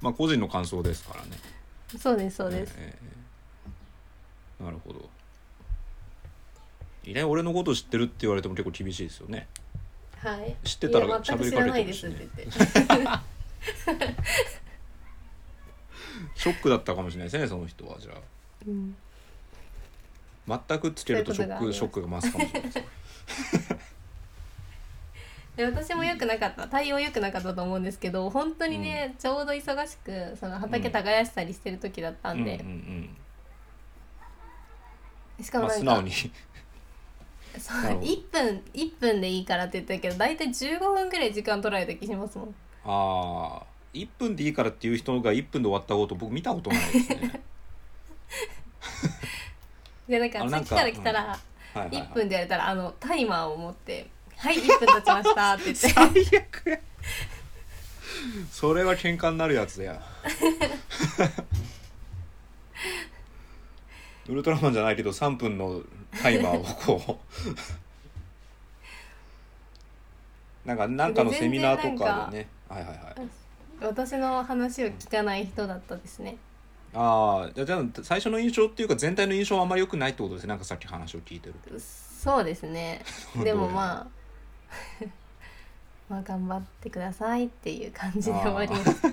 B: まあ個人の感想ですからね
A: そうですそうです、
B: ええええなるほどいね俺のこと知ってるって言われても結構厳しいですよね
A: はい
B: 知ってたら
A: いや全く
B: 喋り
A: 知
B: からけ
A: な
B: て
A: い
B: る
A: で
B: し
A: す
B: ね
A: って言って
B: ショックだったかもしれないですねその人はじゃ
A: うん
B: あ全くつけるとシ
A: そう
B: ョ
A: いうこ
B: ッ
A: とが
B: クショックが増すかもしれないです
A: で私も良くなかった対応良くなかったと思うんですけど本当にね、ちょうど忙しくその畑耕したりしてる時だった
B: うんうんんう
A: で、
B: ん
A: しか
B: ま
A: もな
B: あ
A: ん
B: 素
A: か、
B: 直に
A: そう
B: なるほど
A: 1分一分でいいからって言ったけど大体15分ぐらい時間取られた気しますもん
B: ああ1分でいいからっていう人が1分で終わったこと僕見たことないです
A: [LAUGHS]
B: ね
A: でなんか
B: あ
A: さ
B: な
A: っ
B: ん
A: き
B: か
A: から来たら
B: はいはい、はい、
A: 1分でやれたらあのタイマーを持って「はい1分経ちました」って言
B: [LAUGHS]
A: って
B: 悪やそれは喧嘩になるや [LAUGHS] つだよウルトラマンじゃないけど3分のタイマーをこうなんかなんかのセミナーとかでねはいはいはい
A: 私の話を聞かない人だったですね
B: ああじゃあ最初の印象っていうか全体の印象はあんまり良くないってことですねなんかさっき話を聞いてると
A: そうです
B: [LAUGHS]
A: ねでもまあ [LAUGHS] まあ頑張ってくださいっていう感じで終わりました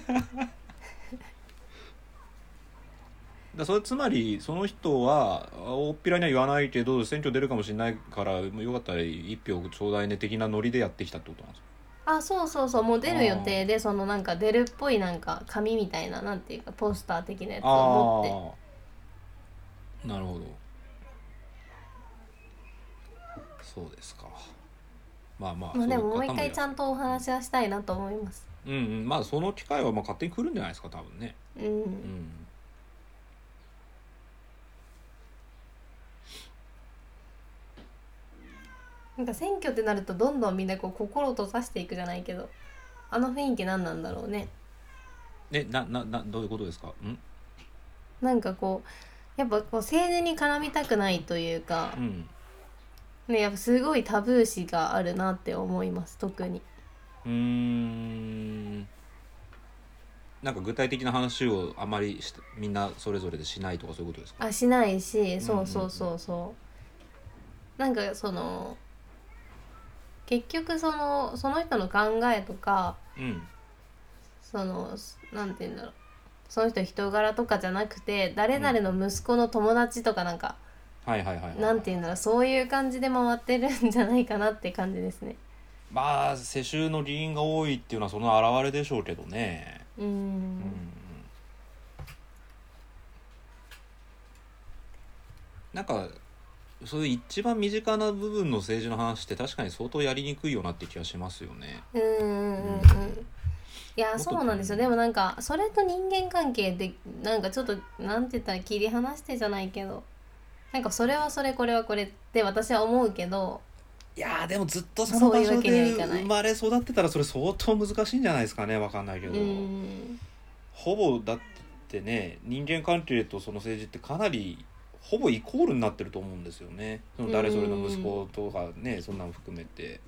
B: だそれつまりその人はあ大っぴらには言わないけど選挙出るかもしれないからもうよかったら一票ちょうだいね的なノリでやってきたってことなんですか
A: あそうそうそうもう出る予定でそのなんか出るっぽいなんか紙みたいななんていうかポスター的なやつを持って
B: ああなるほどそうですかまあまあ
A: まあでももう一回ちゃ
B: ん
A: んとお話はしたいなと思います。
B: うんうんまあその機会はまあ勝手に来るんじゃないですか多分ね
A: う。
B: うんん
A: なんか選挙ってなるとどんどんみんなこう心を閉ざしていくじゃないけど、あの雰囲気何なんだろうね。
B: えなななどういうことですかん
A: なんかこう、やっぱこう政治に絡みたくないというか
B: う、ん
A: ね、やっぱすごいタブー視があるなって思います、特に。
B: うーんなんか具体的な話をあまりしてみんなそれぞれでしないとかそういうことですか
A: あ、しないし、
B: うん
A: そ
B: うんう
A: うんそうそうそう。なんかその、結局その、その人の考えとか、
B: うん
A: そのすなんて言うんだろうその人人柄とかじゃなくて誰々の息子の友達とかなんか、
B: はいはいはい、はい、
A: なんて言うんだろうそういう感じで回ってるんじゃないかなって感じですね。
B: まあ世襲の議員が多いっていうのはその表れでしょうけどね
A: うーん
B: うんうんなんかそういう一番身近な部分の政治の話って確かに相当やりにくいよなって気がしますよね
A: うーんうんうんうんいや
B: もっと
A: そうなんですよでもなんかそれと人間関係でなんかちょっとなんて言ったら切り離してじゃないけどなんかそれはそれこれはこれって私は思うけど
B: いやーでもずっとそ
A: そ
B: の
A: うい
B: 場
A: うわ
B: 所
A: けにはい
B: で
A: かない
B: 生まれ育ってたらそれ相当難しいんじゃないですかねわかんないけ
A: う
B: ど
A: ーん
B: ほぼだってね人間関係とその政治ってかなりほぼイコールになってると思うんですよねその誰それの息子とかねそんなの含めて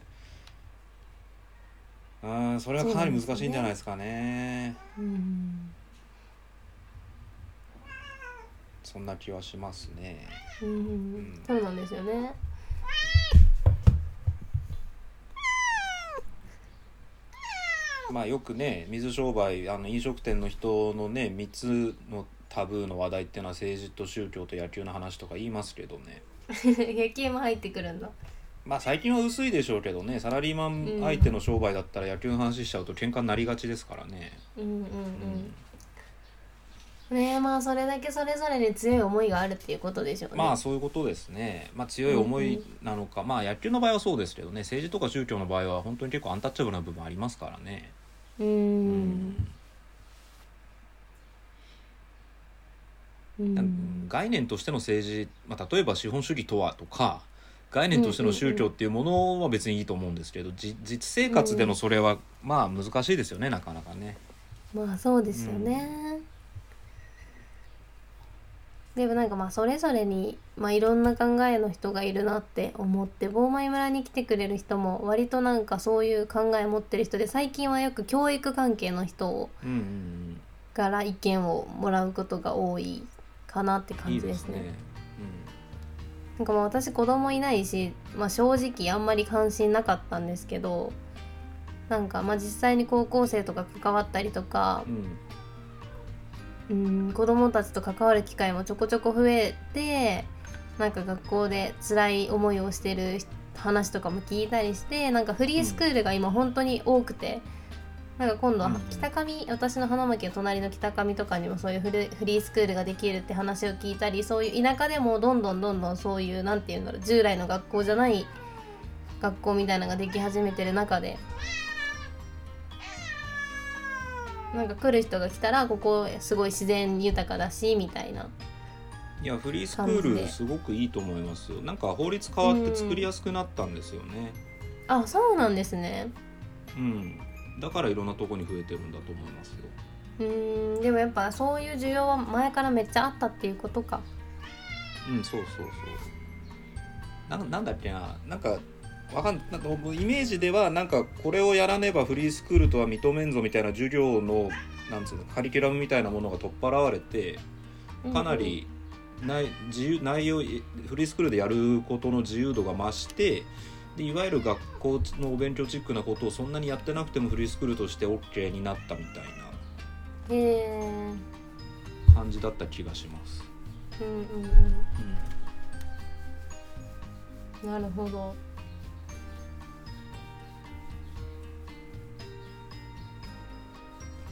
B: うんそれはかなり難しいんじゃないですかね
A: うーん
B: そんな気はしますね
A: うーんそうなんですよね。 [LAUGHS]
B: まあよくね水商売あの飲食店の人のね3つのタブーの話題っていうのは政治と宗教と野球の話とか言いますけどね
A: 野球も入ってくるんだ。
B: まあ最近は薄いでしょうけどねサラリーマン相手の商売だったら野球の話しちゃうと喧嘩になりがちですからね、
A: うんうん
B: うん
A: うん。ねえまあそれだけそれぞれに強い思いがあるっていうことでしょうね。
B: まあそういうことですね、まあ、強い思いなのか、まあ野球の場合はそうですけどね政治とか宗教の場合は本当に結構アンタッチャブルな部分ありますからね
A: うー。
B: うん
A: うん
B: 概念としての政治、まあ、例えば資本主義とはとか概念としての宗教っていうものは別にいいと思うんですけど、じ実生活でのそれはまあ難しいですよねなかなかね。
A: まあそうですよね、でもなんかまあそれぞれに、まあ、いろんな考えの人がいるなって思って坊前村に来てくれる人も割となんかそういう考え持ってる人で最近はよく教育関係の人を
B: うんうん
A: から意見をもらうことが多いかなって
B: うん、い
A: 感
B: い
A: じで
B: ですす
A: ね。
B: ね。
A: なんかまあ私子供いないし、まあ、正直あんまり関心なかったんですけどなんかまあ実際に高校生とか関わったりとか
B: う、んうん
A: うん、子供たちと関わる機会もちょこちょこ増えてなんか学校で辛い思いをしてる話とかも聞いたりしてなんかフリースクールが今本当に多くて、なんか今度は
B: うん
A: 北上、私の花巻の隣の北上とかにもそういうフルフリースクールができるって話を聞いたりそういう田舎でもどんどんどんどんそういうなんて言うんだろう従来の学校じゃない学校みたいなのができ始めてる中でなんか来る人が来たらここすごい自然豊かだしみたいない
B: やフリースクールすごくいいと思いますよ。なんか法律変わって作りやすくなったんですよね。
A: あそうなんですね
B: うん、だからいろんなとこに増えてるんだと思いますよ。
A: うーんでもやっぱそういう需要は前からめっちゃあったっていうことか
B: うん、そうそうそう。なんなんだっけな、なんか、わかんなんかもうイメージでは、なんか、これをやらねばフリースクールとは認めんぞみたいな授業の、なんつうの、カリキュラムみたいなものが取っ払われて、かなり内自由内容、フリースクールでやることの自由度が増して、でいわゆる学校のお勉強チックなことをそんなにやってなくてもフリースクールとして OK になったみたい
A: へえ
B: な感じだった気がします。
A: うんうん
B: うん
A: うんなるほど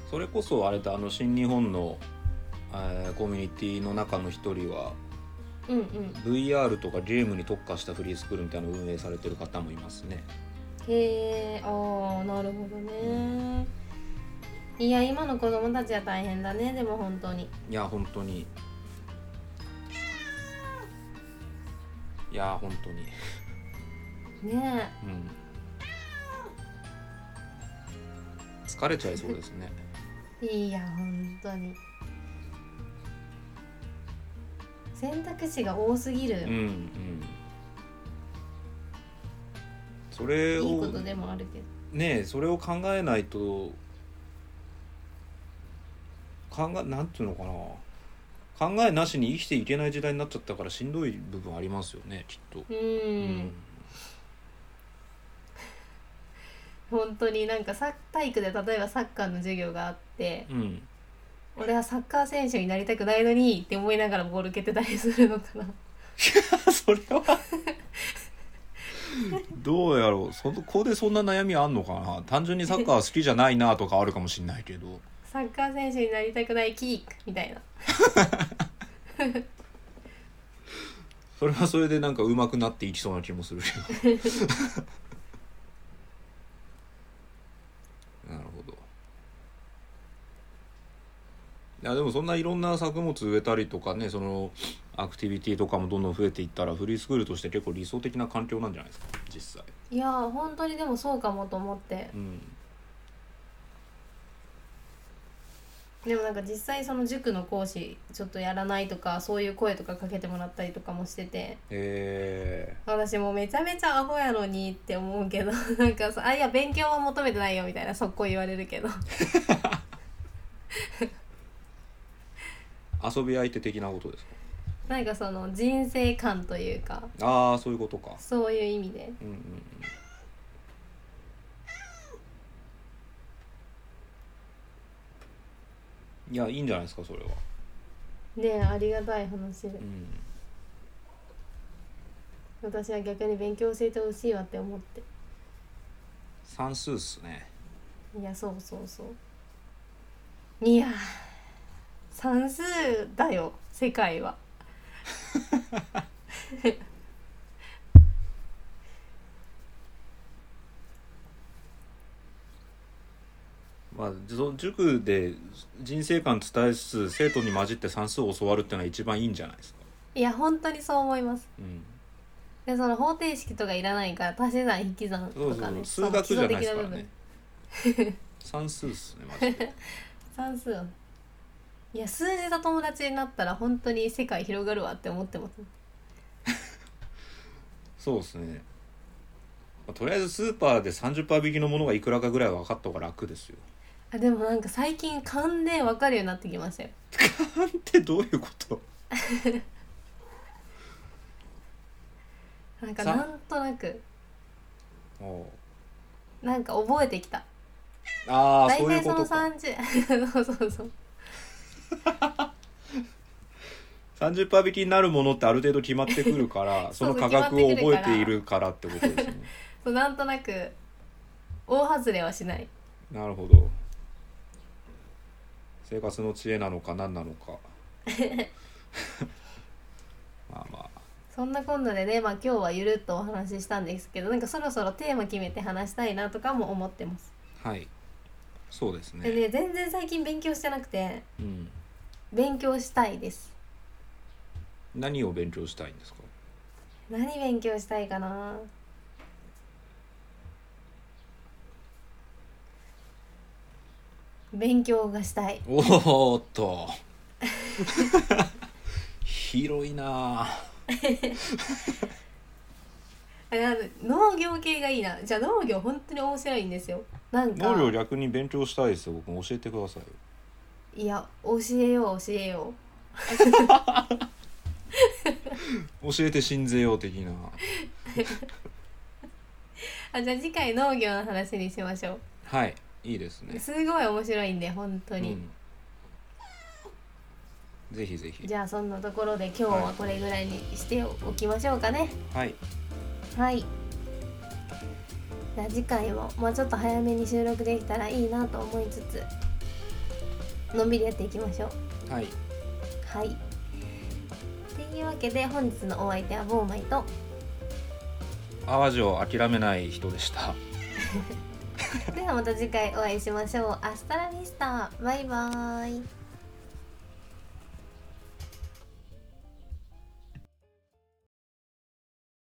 B: それこそあれだあの新日本の、えーコミュニティの中の一人は
A: うんうん
B: VR とかゲームに特化したフリースクールみたいなのを運営されてる方もいますね。
A: へえあーなるほどねいや今の子供たちは大変だねでも本当に
B: いや本当にいや本当に、
A: ね
B: うん、疲れちゃいそうですね。
A: えいや本当に選択肢が多すぎ
B: うんう
A: る、
B: んそれを
A: いいことでもあるけど
B: ねえそれを考えないと考えなんていうのかな考えなしに生きていけない時代になっちゃったからしんどい部分ありますよねきっと。う
A: うん本当になんかさ体育で例えばサッカーの授業があって
B: うん [LAUGHS]
A: 俺はサッカー選手になりたくないのにって思いながらボール蹴ってたりするのかな
B: それは [LAUGHS] どうやろうそここでそんな悩みあんのかな単純にサッカー好きじゃないなとかあるかもしんないけど
A: サッカー選手になりたくないキークみたいな
B: それはそれでなんか上手くなっていきそうな気もするけ [LAUGHS] どなるほどいやでもそんないろんな作物植えたりとかねそのアクティビティとかもどんどん増えていったらフリースクールとして結構理想的な環境なんじゃないですか実際
A: いやー本当にでもそうかもと思って
B: うん
A: でもなんか実際その塾の講師ちょっとやらないとかそういう声とかかけてもらったりとかもしてて
B: え
A: 私もうめちゃめちゃアホやのにって思うけど [LAUGHS] なんかさあいや勉強は求めてないよみたいな速攻言われるけど [LAUGHS]
B: ー、遊び相手的なことですか
A: なんかその人生観というか
B: ああそういうことか
A: そういう意味で
B: うんうんうんいやいいんじゃないですかそれは
A: ねえありがたい話で
B: うん
A: 私は逆に勉強教えてほしいわって思って
B: 算数っすね
A: いやそうそうそういやー算数だよ世界は
B: ままあ、ぞ塾で人生観伝えつつ生徒に混じって算数を教わるっていうのは一番いいんじゃないですか、
A: いや本当にそう思います
B: うん、
A: でその方程式とかいらないから足し算引き算
B: そう
A: と
B: そ
A: か
B: う
A: ね
B: 数学じゃないです
A: そ
B: か
A: の
B: ら
A: 基礎的な部
B: ね
A: 分
B: 算数っすねマジ
A: [LAUGHS]
B: で
A: 算数はいや数字と友達になったら本当に世界広がるわって思ってます
B: そうですね、まあ、とりあえずスーパーで30%引きのものがいくらかぐらいは分かった方が楽ですよ
A: あでもなんか最近勘で分かるようになってきましたよ
B: なんてどういうこと
A: なんか
B: さ
A: なんとなく
B: おう
A: なんか覚えてきた
B: ああ
A: 大
B: そういう
A: 体そ
B: こと
A: の
B: か
A: 30 [LAUGHS] そうそうそう
B: 30%引きになるものってある程度決まってくるから [LAUGHS] そ
A: そう
B: の価格を
A: 決ま
B: 覚
A: っ
B: え
A: てくるから
B: ているからってことですね
A: そうなんとなく大外れはしない
B: なるほど生活の知恵なのか何なの [LAUGHS] かまあまあ
A: そんなこんなでね、まあ、今日はゆるっとお話ししたんですけどなんかそろそろテーマ決めて話したいなとかも思ってます、
B: はいそうですね
A: でね全然最近勉強してなくて
B: うん、
A: 勉強したいです
B: 何を勉強したいんですか
A: 何勉強したいかな勉強がしたい
B: おーっと [LAUGHS] 広いなあ
A: あなんで農業系がいいなじゃあ農業本当に面白いんですよなんか
B: 農業逆に勉強したいですよ僕も教えてくださいよ
A: いや教えよう教えよ
B: 教えて信ぜよう的な
A: うあじゃあ次回農業の話にしましょ
B: はいいいです
A: う
B: ね
A: すごい面白いんで本当に、
B: うん、ぜひぜひ
A: じゃあそんなところで今日はこれぐらいにしておきましょうかね
B: はい
A: はいじゃあ次回ももうちょっと早めに収録できたらいいなと思いつつのんびりやっていきましょう
B: はい
A: はいっていうわけで本日のお相手はボーマイと
B: 淡路を諦めない人でした
A: ではまた次回お会いしましょうアスタラビスタバイバーイ